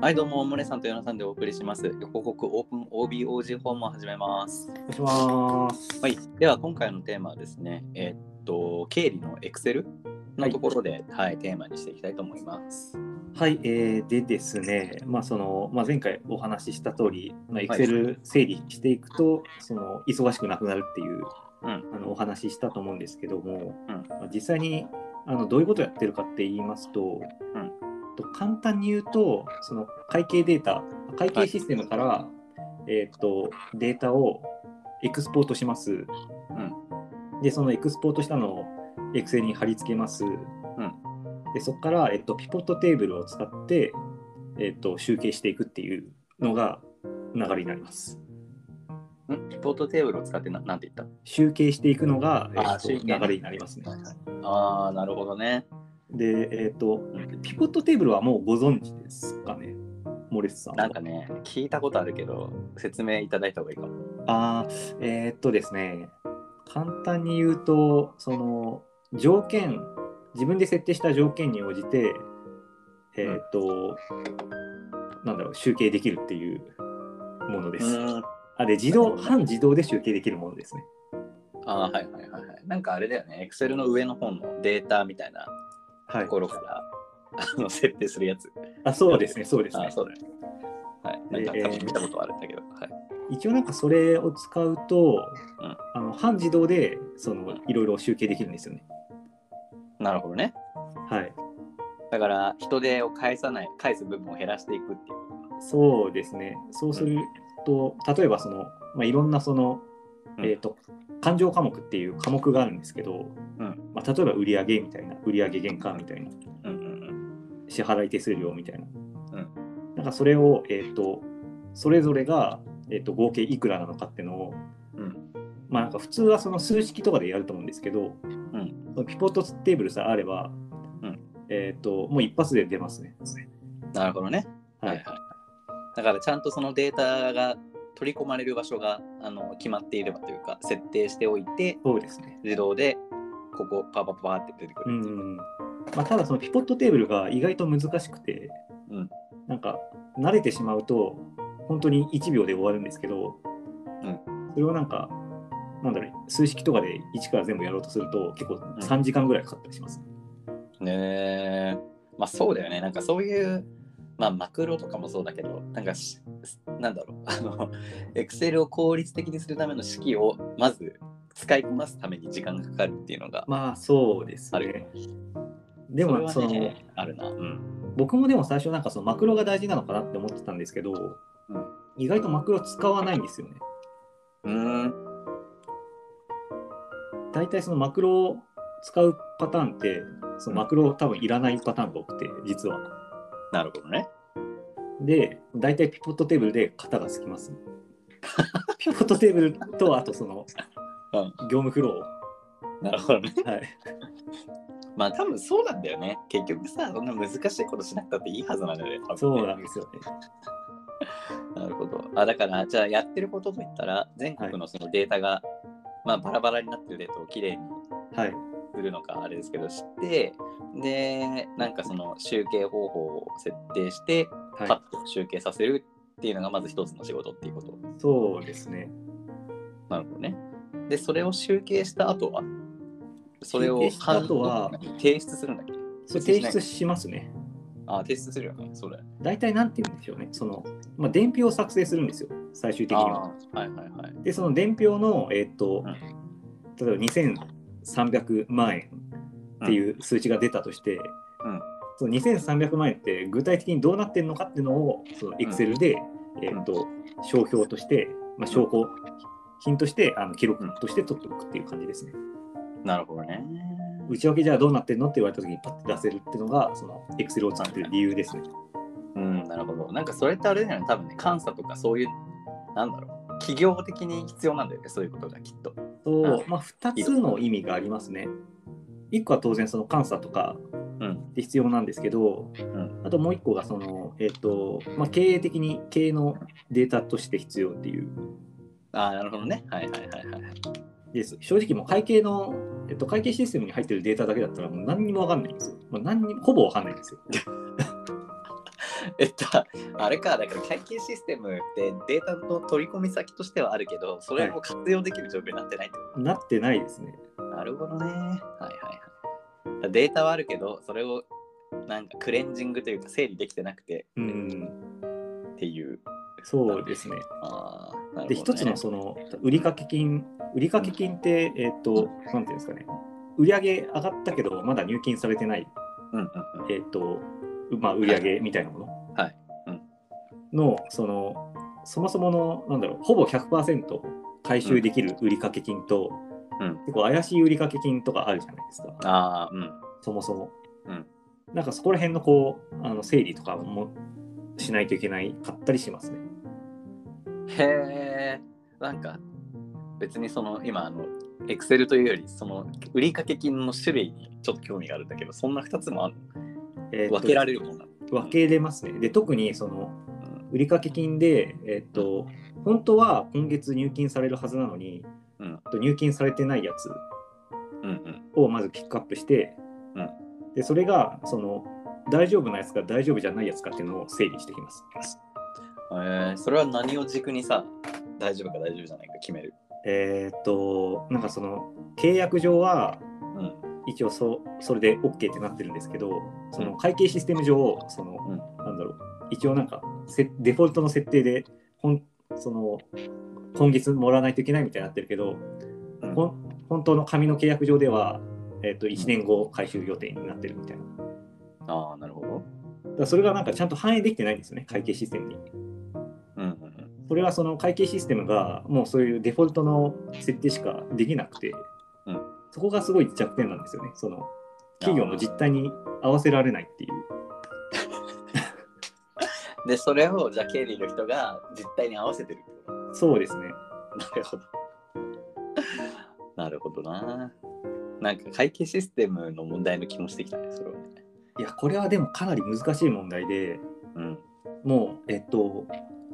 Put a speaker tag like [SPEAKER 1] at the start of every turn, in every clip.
[SPEAKER 1] はい、どうも、モネさんとヨナさんでお送りします。横国オープン OBOG 訪問を始めます。
[SPEAKER 2] お願いします。
[SPEAKER 1] はい、では今回のテーマはですね、えーっと、経理の Excel のところで、はい、テーマにしていきたいと思います。
[SPEAKER 2] はい、えーでですね、まあそのまあ、前回お話しした通り、まあ、
[SPEAKER 1] い
[SPEAKER 2] Excel 整理していくと、その忙しくなくなるっていう
[SPEAKER 1] うん、
[SPEAKER 2] あのお話ししたと思うんですけども、
[SPEAKER 1] うん
[SPEAKER 2] まあ実際にあのどういうことをやってるかって言いますと、
[SPEAKER 1] うん
[SPEAKER 2] と簡単に言うとその会計データ会計システムから、えーっとデータをエクスポートします、でそのエクスポートしたのを Excel に貼り付けます、でそこから、えっと、ピポットテーブルを使って、えっと、集計していくっていうのが流れになります
[SPEAKER 1] んリポートテーブルを使ってななんて言っ
[SPEAKER 2] 集計していくのが、え
[SPEAKER 1] あ
[SPEAKER 2] っと、
[SPEAKER 1] 集計ね
[SPEAKER 2] 流れになりますね
[SPEAKER 1] た、ああ、なるほどね。
[SPEAKER 2] で、えっ、と
[SPEAKER 1] ん、
[SPEAKER 2] ピポットテーブルはもうご存知ですかね、モレスさんは。
[SPEAKER 1] なんかね、聞いたことあるけど、説明いただいた方がいいかも。
[SPEAKER 2] あーえっとですね、簡単に言うと、その条件、自分で設定した条件に応じて、えっ、と、なんだろう、集計できるっていうものです。
[SPEAKER 1] うん。
[SPEAKER 2] あで、自動、半自動で集計できるものですね。
[SPEAKER 1] ああー、はいはいはいはい。なんかあれだよね、Excel の上の方のデータみたいな
[SPEAKER 2] は
[SPEAKER 1] ところから、あの設定するやつ。
[SPEAKER 2] あそうですね、そうですね
[SPEAKER 1] あ。そうだよね。はい。なんか
[SPEAKER 2] で
[SPEAKER 1] 多分見たことあるんだけど。はい。
[SPEAKER 2] 一応なんかそれを使うと、
[SPEAKER 1] うん
[SPEAKER 2] あの半自動でその
[SPEAKER 1] うん
[SPEAKER 2] いろいろ集計できるんですよね。
[SPEAKER 1] なるほどね。
[SPEAKER 2] はい。
[SPEAKER 1] だから人手を返さない、返す部分を減らしていくっていう。
[SPEAKER 2] そうですね。そうすると、例えばその、まあ、いろんなその、
[SPEAKER 1] うん
[SPEAKER 2] えっ、と、勘定科目っていう科目があるんですけど、
[SPEAKER 1] うん。
[SPEAKER 2] まあ、例えば売上みたいな、売上原価みたいな、
[SPEAKER 1] うんうん
[SPEAKER 2] 支払い手数料みたいな。なんかそれを、えっ、と、それぞれが、えっ、と、合計いくらなのかっていうのを、
[SPEAKER 1] うん。うん。
[SPEAKER 2] まあなんか普通はその数式とかでやると思うんですけど、
[SPEAKER 1] ん
[SPEAKER 2] そのピポットテーブルさえあれば、
[SPEAKER 1] うん
[SPEAKER 2] えっ、と、もう一発で出ますね。
[SPEAKER 1] なるほどね。
[SPEAKER 2] はい。
[SPEAKER 1] だからちゃんとそのデータが取り込まれる場所があの決まっていればというか、設定しておいて、
[SPEAKER 2] そうですね。
[SPEAKER 1] 自動でここパパパパって出てく
[SPEAKER 2] う
[SPEAKER 1] る。
[SPEAKER 2] んまあ、ただそのピポットテーブルが意外と難しくて、
[SPEAKER 1] うん
[SPEAKER 2] なんか慣れてしまうと本当に1秒で終わるんですけど、
[SPEAKER 1] うん
[SPEAKER 2] それをなんかなんだろう数式とかで1から全部やろうとすると結構
[SPEAKER 1] ん
[SPEAKER 2] 3時間ぐらいかかったりします、
[SPEAKER 1] ねえ。まあそうだよね。なんかそういう、まあマクロとかもそうだけど、なんかし、なんだろう、 あの、エクセルを効率的にするための式をまず使いこなすために時間がかかるっていうのが、
[SPEAKER 2] まあそうです
[SPEAKER 1] ある
[SPEAKER 2] ねでも
[SPEAKER 1] そ
[SPEAKER 2] そ
[SPEAKER 1] れは
[SPEAKER 2] の
[SPEAKER 1] ね、あるな。うん。
[SPEAKER 2] 僕もでも最初なんかそのマクロが大事なのかなって思ってたんですけど、意外とマクロ使わないんですよね
[SPEAKER 1] うーん。
[SPEAKER 2] 大体そのマクロを使うパターンってそのマクロ多分いらないパターンが多くて実は
[SPEAKER 1] なるほどね。
[SPEAKER 2] で大体ピポットテーブルで型がつきます、 ピポットテーブルとあとその
[SPEAKER 1] うん
[SPEAKER 2] 業務フロ
[SPEAKER 1] なるほどね。
[SPEAKER 2] ーはい
[SPEAKER 1] まあ多分そうなんだよね。結局さ、そんな難しいことしなくたっていいはずなんだよね。多分ね
[SPEAKER 2] そうなんですよね
[SPEAKER 1] なるほど。あだから、じゃあやってることといったら、全国のそのデータが、まあバラバラになってるデータをきれいに
[SPEAKER 2] はい
[SPEAKER 1] するのかあれですけど知ってでなんかその集計方法を設定してパッ
[SPEAKER 2] は
[SPEAKER 1] と集計させるっていうのがまず一つの仕事っていうこと
[SPEAKER 2] いそうですね
[SPEAKER 1] なるほどねでそれを集計した後はそれを
[SPEAKER 2] 集計した後は
[SPEAKER 1] 反応提出するんだっけ
[SPEAKER 2] それ提出しますね
[SPEAKER 1] あ提出するよねそうだよね
[SPEAKER 2] 大体なんて言うんでしょうねその、まあ、伝票を作成するんですよ最終的には
[SPEAKER 1] あーはいはいはい
[SPEAKER 2] でその伝票のえーっ、と
[SPEAKER 1] うん
[SPEAKER 2] 例えば2300万円っていう数値が出たとして、
[SPEAKER 1] うん
[SPEAKER 2] その2300万円って具体的にどうなってるのかっていうのをその Excel で、えーっと商標として、まあ、証拠品としてあの記録として取っておくっていう感じですね。
[SPEAKER 1] なるほどね
[SPEAKER 2] 内訳じゃあどうなってるのって言われた時にパッて出せるっていうのがその Excel を作ってる理由ですね。
[SPEAKER 1] うんなるほどなんかそれってあれだよね多分ね監査とかそういうなんだろう企業的に必要なんだよねそういうことがきっと
[SPEAKER 2] と
[SPEAKER 1] う
[SPEAKER 2] まあ、2つの意味がありますね。1個は当然その監査とか
[SPEAKER 1] うん
[SPEAKER 2] って必要なんですけど、
[SPEAKER 1] ん
[SPEAKER 2] あともう一個がその、えっとまあ、経営的に経営のデータとして必要っていう
[SPEAKER 1] ああなるほどねはいはいはいはい
[SPEAKER 2] です正直もう会計の、えっと、会計システムに入ってるデータだけだったらもう何にも分かんないんですよ、まあ、何にもほぼ分かんないんですよ
[SPEAKER 1] えっと、あれか、だから会計システムってデータの取り込み先としてはあるけど、それも活用できる状況になってないってこ
[SPEAKER 2] なってないですね。
[SPEAKER 1] と、なるほどね。はいはいはい。データはあるけど、それをなんかクレンジングというか整理できてなくて、
[SPEAKER 2] うん、
[SPEAKER 1] っていう。
[SPEAKER 2] そうですね。
[SPEAKER 1] あーなるほどね
[SPEAKER 2] で、一つのその売掛金、売掛金って、えっと、なんていうんですかね、売上上がったけど、まだ入金されてない、
[SPEAKER 1] うんうんうん
[SPEAKER 2] えっと、まあ、売上みたいなもの、
[SPEAKER 1] はいうん
[SPEAKER 2] の、その、そもそもの、なんだろう、ほぼ100%回収できる売掛金と、
[SPEAKER 1] うん
[SPEAKER 2] 結構怪しい売掛金とかあるじゃないですか。
[SPEAKER 1] ああ、うん。
[SPEAKER 2] そもそも。
[SPEAKER 1] うん
[SPEAKER 2] なんかそこら辺のこうあの整理とかもしないといけないかったりしますね。
[SPEAKER 1] へえ、なんか別にその今あの、エクセルというより、その売掛金の種類にちょっと興味があるんだけど、そんな2つもある
[SPEAKER 2] えーと
[SPEAKER 1] 分けられるもんなの。
[SPEAKER 2] 分けれますね。で特にその
[SPEAKER 1] うん
[SPEAKER 2] 売掛金で、えっと本当は今月入金されるはずなのに、
[SPEAKER 1] うん
[SPEAKER 2] 入金されてないやつ
[SPEAKER 1] うんうん
[SPEAKER 2] をまずピックアップして、
[SPEAKER 1] う
[SPEAKER 2] でそれがその大丈夫なやつか大丈夫じゃないやつかっていうのを整理してきます。
[SPEAKER 1] えーそれは何を軸にさ、大丈夫か大丈夫じゃないか決める。
[SPEAKER 2] えっとなんかその契約上は
[SPEAKER 1] うん。
[SPEAKER 2] 一応そそれで OK ってなってるんですけどその会計システム上その、なんだろう一応なんかせデフォルトの設定でほんその今月もらわないといけないみたいになってるけど、
[SPEAKER 1] うん
[SPEAKER 2] ほん本当の紙の契約上では、えっと1年後回収予定になってるみたいなだ
[SPEAKER 1] ああ、なるほど。
[SPEAKER 2] からそれがなんかちゃんと反映できてないんですよね会計システムに
[SPEAKER 1] うんうんうん
[SPEAKER 2] それはその会計システムがもうそういうデフォルトの設定しかできなくて、
[SPEAKER 1] うん
[SPEAKER 2] そこがすごい弱点なんですよねその企業の実態に合わせられないっていう
[SPEAKER 1] で、それをじゃあ経理の人が実態に合わせてるってこ
[SPEAKER 2] そうですね。
[SPEAKER 1] と。なるほど。 なるほどな。なんか会計システムの問題の気もしてきたね、それはね。
[SPEAKER 2] いや、これはでもかなり難しい問題で、
[SPEAKER 1] うん。
[SPEAKER 2] もう、えっと、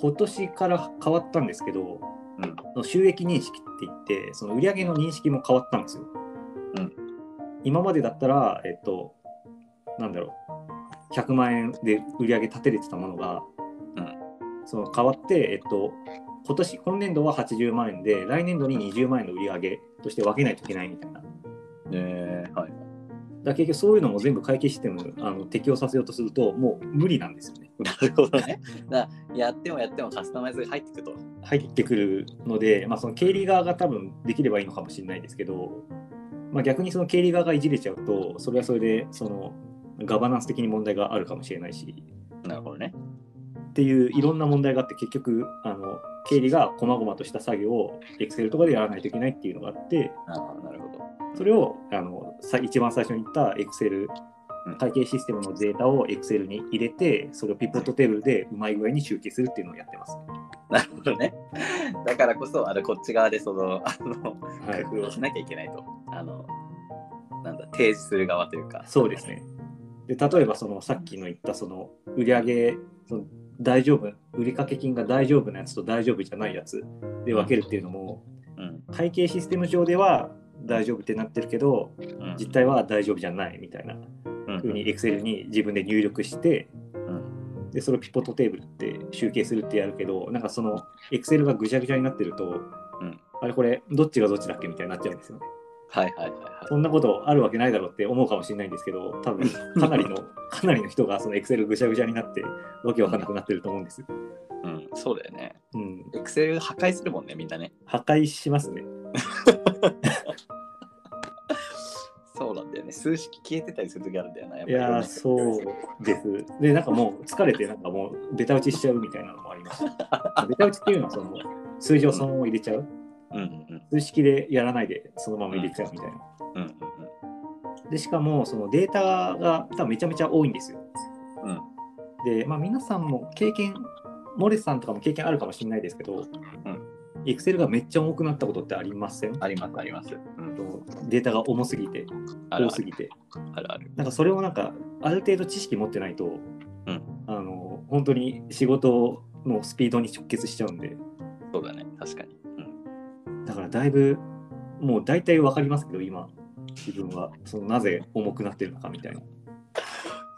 [SPEAKER 2] 今年から変わったんですけど、
[SPEAKER 1] うん
[SPEAKER 2] の収益認識って言って、その売上の認識も変わったんですよ。
[SPEAKER 1] うん
[SPEAKER 2] 今までだったら、えっと、なんだろう、100万円で売上立てれてたものが、
[SPEAKER 1] うん
[SPEAKER 2] その変わって、えっと、今年、今年度は80万円で、来年度に20万円の売り上げとして分けないといけないみたいな。
[SPEAKER 1] えー、はい。
[SPEAKER 2] だから結局そういうのも全部会計システムあの適用させようとするともう無理なんですよね
[SPEAKER 1] なるほどね。 だやってもやってもカスタマイズが入ってくと。
[SPEAKER 2] 入ってくるので、まあ、その経理側が多分できればいいのかもしれないですけど、まあ、逆にその経理側がいじれちゃうとそれはそれでそのガバナンス的に問題があるかもしれないし
[SPEAKER 1] なるほどね。
[SPEAKER 2] っていういろんな問題があって結局あの経理が細々とした作業を Excel とかでやらないといけないっていうのがあって
[SPEAKER 1] ああ、なるほど。
[SPEAKER 2] それをあのさ一番最初に言った Excel
[SPEAKER 1] うん
[SPEAKER 2] 会計システムのデータを Excel に入れてそれをピボットテーブルでうまい具合に集計するっていうのをやってます。
[SPEAKER 1] なるほどね。だからこそ、あのこっち側でその、あの、
[SPEAKER 2] はい、
[SPEAKER 1] 工夫をしなきゃいけないと。あの、なんだ、提示する側というか。
[SPEAKER 2] そうですね。で例えばそのさっきの言ったその売上その大丈夫売掛金が大丈夫なやつと大丈夫じゃないやつで分けるっていうのも
[SPEAKER 1] うん。
[SPEAKER 2] 会計システム上では大丈夫ってなってるけど
[SPEAKER 1] うん
[SPEAKER 2] 実態は大丈夫じゃないみたいな
[SPEAKER 1] うん
[SPEAKER 2] ふうに Excel に自分で入力して
[SPEAKER 1] うん
[SPEAKER 2] でそれをピポットテーブルって集計するってやるけどなんかその Excel がぐちゃぐちゃになってると、
[SPEAKER 1] うん
[SPEAKER 2] あれこれどっちがどっちだっけみたいになっちゃうんですよね。
[SPEAKER 1] はいはいはいはい。
[SPEAKER 2] そんなことあるわけないだろうって思うかもしれないんですけど多分かなりのかなりの人がその Excel ぐちゃぐちゃになってわけわかんなくなってると思うんです。
[SPEAKER 1] うん、そうだよね。
[SPEAKER 2] うん、
[SPEAKER 1] エクセル破壊するもんね、みんなね。
[SPEAKER 2] 破壊しますね。
[SPEAKER 1] そうなんだよね。数式消えてたりするときあるんだよな。やっ
[SPEAKER 2] い
[SPEAKER 1] ぱり
[SPEAKER 2] やーそうです。でなんかもう疲れてなんかもうベタ打ちしちゃうみたいなのもありました。ベタ打ちっていうのはその数字をそのまま入れちゃう
[SPEAKER 1] うんうん
[SPEAKER 2] 数式でやらないでそのまま入れちゃうみたいな。
[SPEAKER 1] うんうん
[SPEAKER 2] でしかもそのデータが多分めちゃめちゃ多いんですよ。
[SPEAKER 1] うんうん
[SPEAKER 2] で、まあ、皆さんも経験モレスさんとかも経験あるかもしれないですけど、
[SPEAKER 1] ん
[SPEAKER 2] Excel がめっちゃ重くなったことってありません
[SPEAKER 1] ありますあります。うん、
[SPEAKER 2] データが重すぎて
[SPEAKER 1] ある
[SPEAKER 2] 多
[SPEAKER 1] あ
[SPEAKER 2] す
[SPEAKER 1] る
[SPEAKER 2] ぎて
[SPEAKER 1] あるある。
[SPEAKER 2] なんかそれをなんかある程度知識持ってないと、
[SPEAKER 1] うん
[SPEAKER 2] あの本当に仕事のスピードに直結しちゃうんで
[SPEAKER 1] そうだね。確かに。うん
[SPEAKER 2] だからだいぶもう大体わかりますけど今自分はそのなぜ重くなってるのかみたいな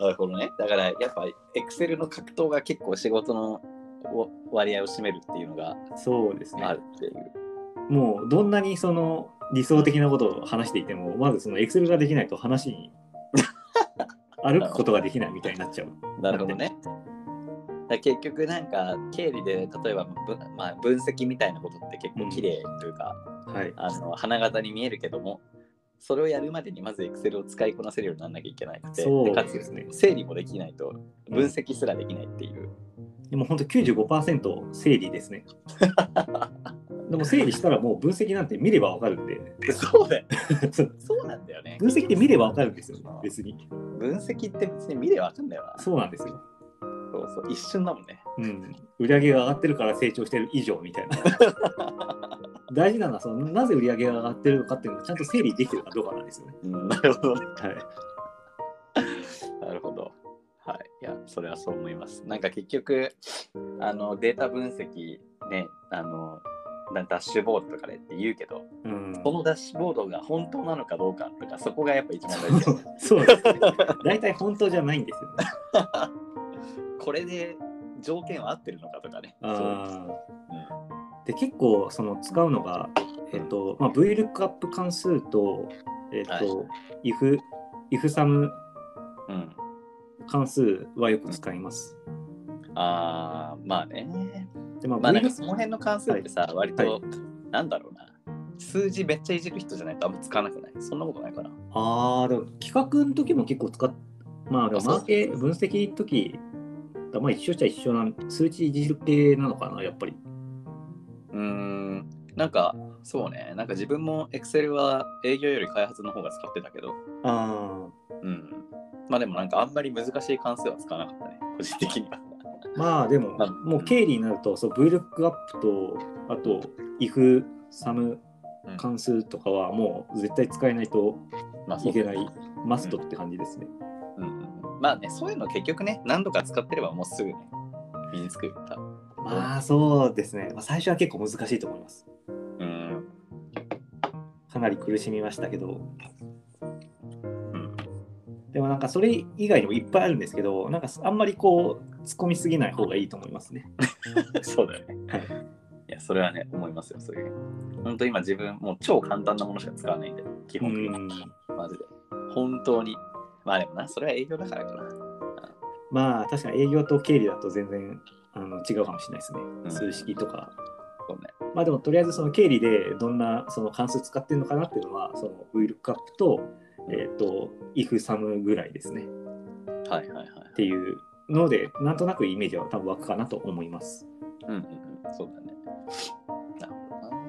[SPEAKER 1] なるほどね。だからやっぱ Excel の格闘が結構仕事の割合を占めるっていうのが
[SPEAKER 2] そうですね
[SPEAKER 1] あるっていう。
[SPEAKER 2] もうどんなにその理想的なことを話していてもまずその Excel ができないと話 に歩くことができないみたいになっちゃう
[SPEAKER 1] なるほどね。だから結局なんか経理で例えばぶ、まあ、分析みたいなことって結構綺麗というか、
[SPEAKER 2] はい
[SPEAKER 1] あの花形に見えるけどもそれをやるまでにまず Excel を使いこなせるようにならなきゃいけなくて
[SPEAKER 2] そう
[SPEAKER 1] か
[SPEAKER 2] ですね
[SPEAKER 1] つ整理もできないと分析すらできないっていう、
[SPEAKER 2] でも本当95%整理ですねでも整理したらもう分析なんて見ればわかるん で
[SPEAKER 1] そうだよ そうなんだよね
[SPEAKER 2] 分析って見ればわかるんですよ別に
[SPEAKER 1] 分析って別に見ればわかんだよな
[SPEAKER 2] そうなんですよ、
[SPEAKER 1] そうそう一瞬だもんね
[SPEAKER 2] うん、売り上げが上がってるから成長してる以上みたい な大事なのはそのなぜ売り上げが上がってるのかっていうのをちゃんと整理できてるかどうかなんですよね
[SPEAKER 1] うんなるほど
[SPEAKER 2] はい
[SPEAKER 1] なるほど。はい。いや、それはそう思います。なんか結局、あの、データ分析ね、あの、なダッシュボードとかでって言うけど、
[SPEAKER 2] うん
[SPEAKER 1] このダッシュボードが本当なのかどうかとか、そこがやっぱ一番大事だ よね。
[SPEAKER 2] そうですね。大体本当じゃないんですよね。
[SPEAKER 1] これで条件は合ってるのかとかね。
[SPEAKER 2] あーで結構その使うのが、えっとまあ、VLOOKUP 関数と,、えっと
[SPEAKER 1] は
[SPEAKER 2] if, if sum
[SPEAKER 1] そううん。
[SPEAKER 2] 関数はよく使います。
[SPEAKER 1] ああ、まあね。
[SPEAKER 2] でまあ
[SPEAKER 1] まあなん
[SPEAKER 2] VLOOKUP
[SPEAKER 1] かその辺の関数ってさ、割と、
[SPEAKER 2] は
[SPEAKER 1] なんだろうな。数字めっちゃいじる人じゃないとあんま使わなくないそんなことないかな。
[SPEAKER 2] あーでも企画の時も結構使っまあでも
[SPEAKER 1] あそう
[SPEAKER 2] マーケ分析の時まあ一緒っちゃ一緒なん数値いじる系なのかなやっぱり。
[SPEAKER 1] うーん、なんかそうね、なんか自分も Excel は営業より開発の方が使ってたけど、
[SPEAKER 2] あ
[SPEAKER 1] うん。まあでもなんかあんまり難しい関数は使わなかったね、個人的には。
[SPEAKER 2] まあでも、
[SPEAKER 1] まあ
[SPEAKER 2] もう経理になるとそう VLOOKUP とあと if sum
[SPEAKER 1] うん
[SPEAKER 2] 関数とかはもう絶対使えないと
[SPEAKER 1] まあそう
[SPEAKER 2] い
[SPEAKER 1] だ
[SPEAKER 2] け
[SPEAKER 1] ね
[SPEAKER 2] ない、マストって感じですね。
[SPEAKER 1] うんうん。まあね、そういうの結局ね、何度か使ってればもうすぐね、身につくよ。多分
[SPEAKER 2] まあそうですね、まあ、最初は結構難しいと思います。
[SPEAKER 1] うん。
[SPEAKER 2] かなり苦しみましたけど、
[SPEAKER 1] うん、
[SPEAKER 2] でもなんかそれ以外にもいっぱいあるんですけど、なんかあんまりこう、突っ込みすぎない方がいいと思いますね。
[SPEAKER 1] そうだよね。
[SPEAKER 2] はい
[SPEAKER 1] いや、それはね、思いますよ、そういう。本当今自分、もう超簡単なものしか使わないんで、基
[SPEAKER 2] う
[SPEAKER 1] 本的に。
[SPEAKER 2] ん
[SPEAKER 1] マジで。本当に。まあでもな、それは営業だからかな。
[SPEAKER 2] まあ確かに営業と経理だと全然あの違うかもしれないですね
[SPEAKER 1] う。ん
[SPEAKER 2] 数式とか。
[SPEAKER 1] そうね。
[SPEAKER 2] まあでもとりあえずその経理でどんなその関数使ってるのかなっていうのは、その VLOOKUP と、えっ、と、if sum ぐらいですね。
[SPEAKER 1] はいはいはい。
[SPEAKER 2] っていうのでなんとなくイメージは多分湧くかなと思います。
[SPEAKER 1] うんうんうん、そうだね。なるほどな。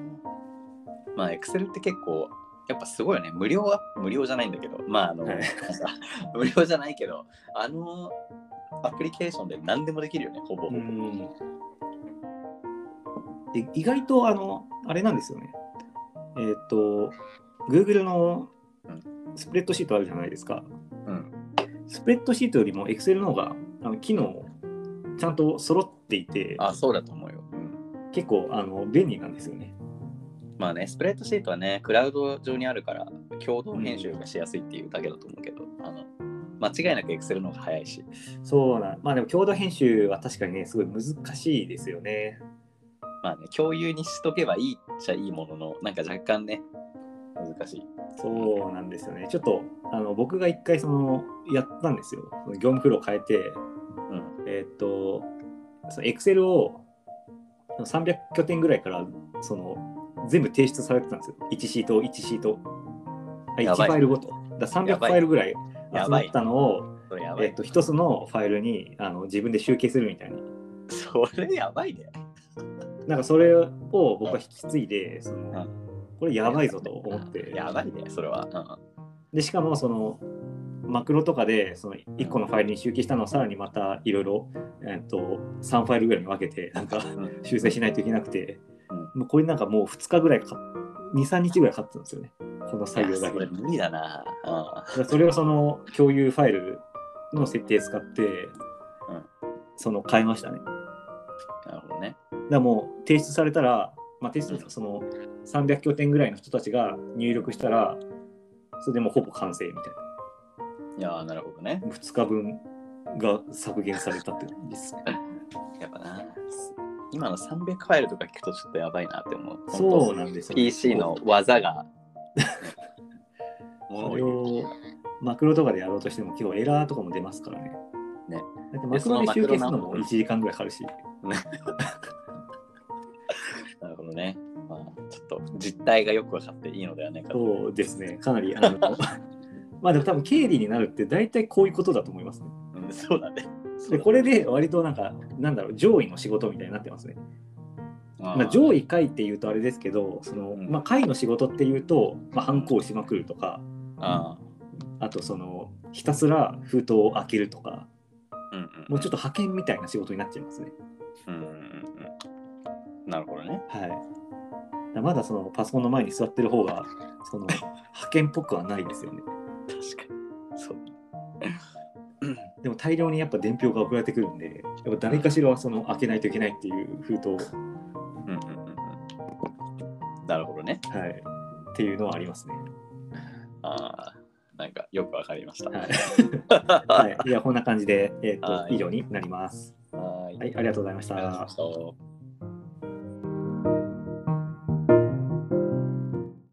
[SPEAKER 1] まあ、Excel って結構、やっぱすごいよね。無料は、無料じゃないんだけど、まあ、あの、
[SPEAKER 2] はい
[SPEAKER 1] なんか 無料じゃないけど、あの、アプリケーションで何でもできるよね、ほぼ。
[SPEAKER 2] で意外とあのあれなんですよね。えっ、と Google の
[SPEAKER 1] うん
[SPEAKER 2] スプレッドシートあるじゃないですか。
[SPEAKER 1] うん。
[SPEAKER 2] スプレッドシートよりも Excel の方があの機能ちゃんと揃っていて
[SPEAKER 1] あ、そうだと思うよ。うん。
[SPEAKER 2] 結構あの便利なんですよね。
[SPEAKER 1] まあね、スプレッドシートはね、クラウド上にあるから、共同編集がしやすいっていうだけだと思うけど、あの、間違いなく Excel の方が早いし。
[SPEAKER 2] そうなんまあでも共同編集は確かにねすごい難しいですよね。
[SPEAKER 1] まあね、共有にしとけばいいっちゃいいものの、なんか若干ね、難しい。
[SPEAKER 2] そうなんですよね。ちょっとあの僕が一回そのやったんですよ。その業務フロー変えて、
[SPEAKER 1] うん。
[SPEAKER 2] えーっと、その Excel をその300拠点ぐらいからその全部提出されてたんですよ。1シート、1シート。あ1
[SPEAKER 1] や
[SPEAKER 2] フ
[SPEAKER 1] ばい
[SPEAKER 2] ァイルごと。だから300
[SPEAKER 1] や
[SPEAKER 2] フ
[SPEAKER 1] ばい
[SPEAKER 2] ァイルぐらい
[SPEAKER 1] やば
[SPEAKER 2] 集ま
[SPEAKER 1] い
[SPEAKER 2] ったのを、
[SPEAKER 1] それやばい
[SPEAKER 2] えーっと、 一つのファイルにあの自分で集計するみたいな。
[SPEAKER 1] それやばいね。
[SPEAKER 2] なんかそれを僕は引き継いで、その
[SPEAKER 1] うん
[SPEAKER 2] これやばいぞと思って。
[SPEAKER 1] やばいね、それは。う
[SPEAKER 2] でしかもそのマクロとかでその1個のファイルに集計したのをさらにまたいろいろ、えっと3ファイルぐらいに分けてなんか
[SPEAKER 1] ん。うん
[SPEAKER 2] 修正しないといけなくて、
[SPEAKER 1] う
[SPEAKER 2] もうこれなんかもう2日ぐらいか23日ぐらいかかってたんですよねこの作業だけ
[SPEAKER 1] それ
[SPEAKER 2] で
[SPEAKER 1] 無理だな。う
[SPEAKER 2] それをその共有ファイルの設定使って、
[SPEAKER 1] ん
[SPEAKER 2] その変えましたねだか
[SPEAKER 1] ん。なるほどね。
[SPEAKER 2] らもう提出されたら、まあ、提出その300拠点ぐらいの人たちが入力したらそれでもうほぼ完成みたいな
[SPEAKER 1] いやーなるほどね。
[SPEAKER 2] 2日分が削減されたって感じですね。
[SPEAKER 1] やっぱな。今の300ファイルとか聞くとちょっとやばいなって思う。
[SPEAKER 2] そう
[SPEAKER 1] 本
[SPEAKER 2] なんで
[SPEAKER 1] 当
[SPEAKER 2] すよ、
[SPEAKER 1] PC の技が。物
[SPEAKER 2] そ
[SPEAKER 1] を
[SPEAKER 2] れ
[SPEAKER 1] 言う
[SPEAKER 2] をマクロとかでやろうとしても今日エラーとかも出ますからね。
[SPEAKER 1] ね
[SPEAKER 2] だってマクロで集計するのも1時間ぐらいかかるし。
[SPEAKER 1] なるほどね。まあ、ちょっと実態がよく分かっていいのではないかと。
[SPEAKER 2] そうですね、かなりあの まあでも多分経理になるって大体こういうことだと思いますね。
[SPEAKER 1] うんそうだね。
[SPEAKER 2] でこれで割となんかなんだろう上位の仕事みたいになってますね。
[SPEAKER 1] ま
[SPEAKER 2] まあ、上位下位っていうとあれですけどその、
[SPEAKER 1] うん
[SPEAKER 2] まあ、下位の仕事っていうと、まあ、反抗しまくるとか
[SPEAKER 1] あ
[SPEAKER 2] あとそのひたすら封筒を開けるとか
[SPEAKER 1] あうんうん。
[SPEAKER 2] もうちょっと派遣みたいな仕事になっちゃいますね。
[SPEAKER 1] うんうんうん。なるほどね。
[SPEAKER 2] はい、だからまだそのパソコンの前に座ってる方が その派遣っぽくはないですよね。
[SPEAKER 1] 確かに。そう。うん
[SPEAKER 2] でも大量にやっぱ伝票が送られてくるんで、やっぱ誰かしらはその開けないといけないっていう封筒、は
[SPEAKER 1] うんうんうんうんなるほどね。
[SPEAKER 2] い、っていうのはありますね。
[SPEAKER 1] ああ、なんかよくわかりました。
[SPEAKER 2] はい
[SPEAKER 1] は。
[SPEAKER 2] はい い、いやこんな感じで、えーと
[SPEAKER 1] はい
[SPEAKER 2] 以上になります。
[SPEAKER 1] はい
[SPEAKER 2] はい、ありがとうございまし
[SPEAKER 1] ありがとうござい
[SPEAKER 2] た
[SPEAKER 1] ま。した。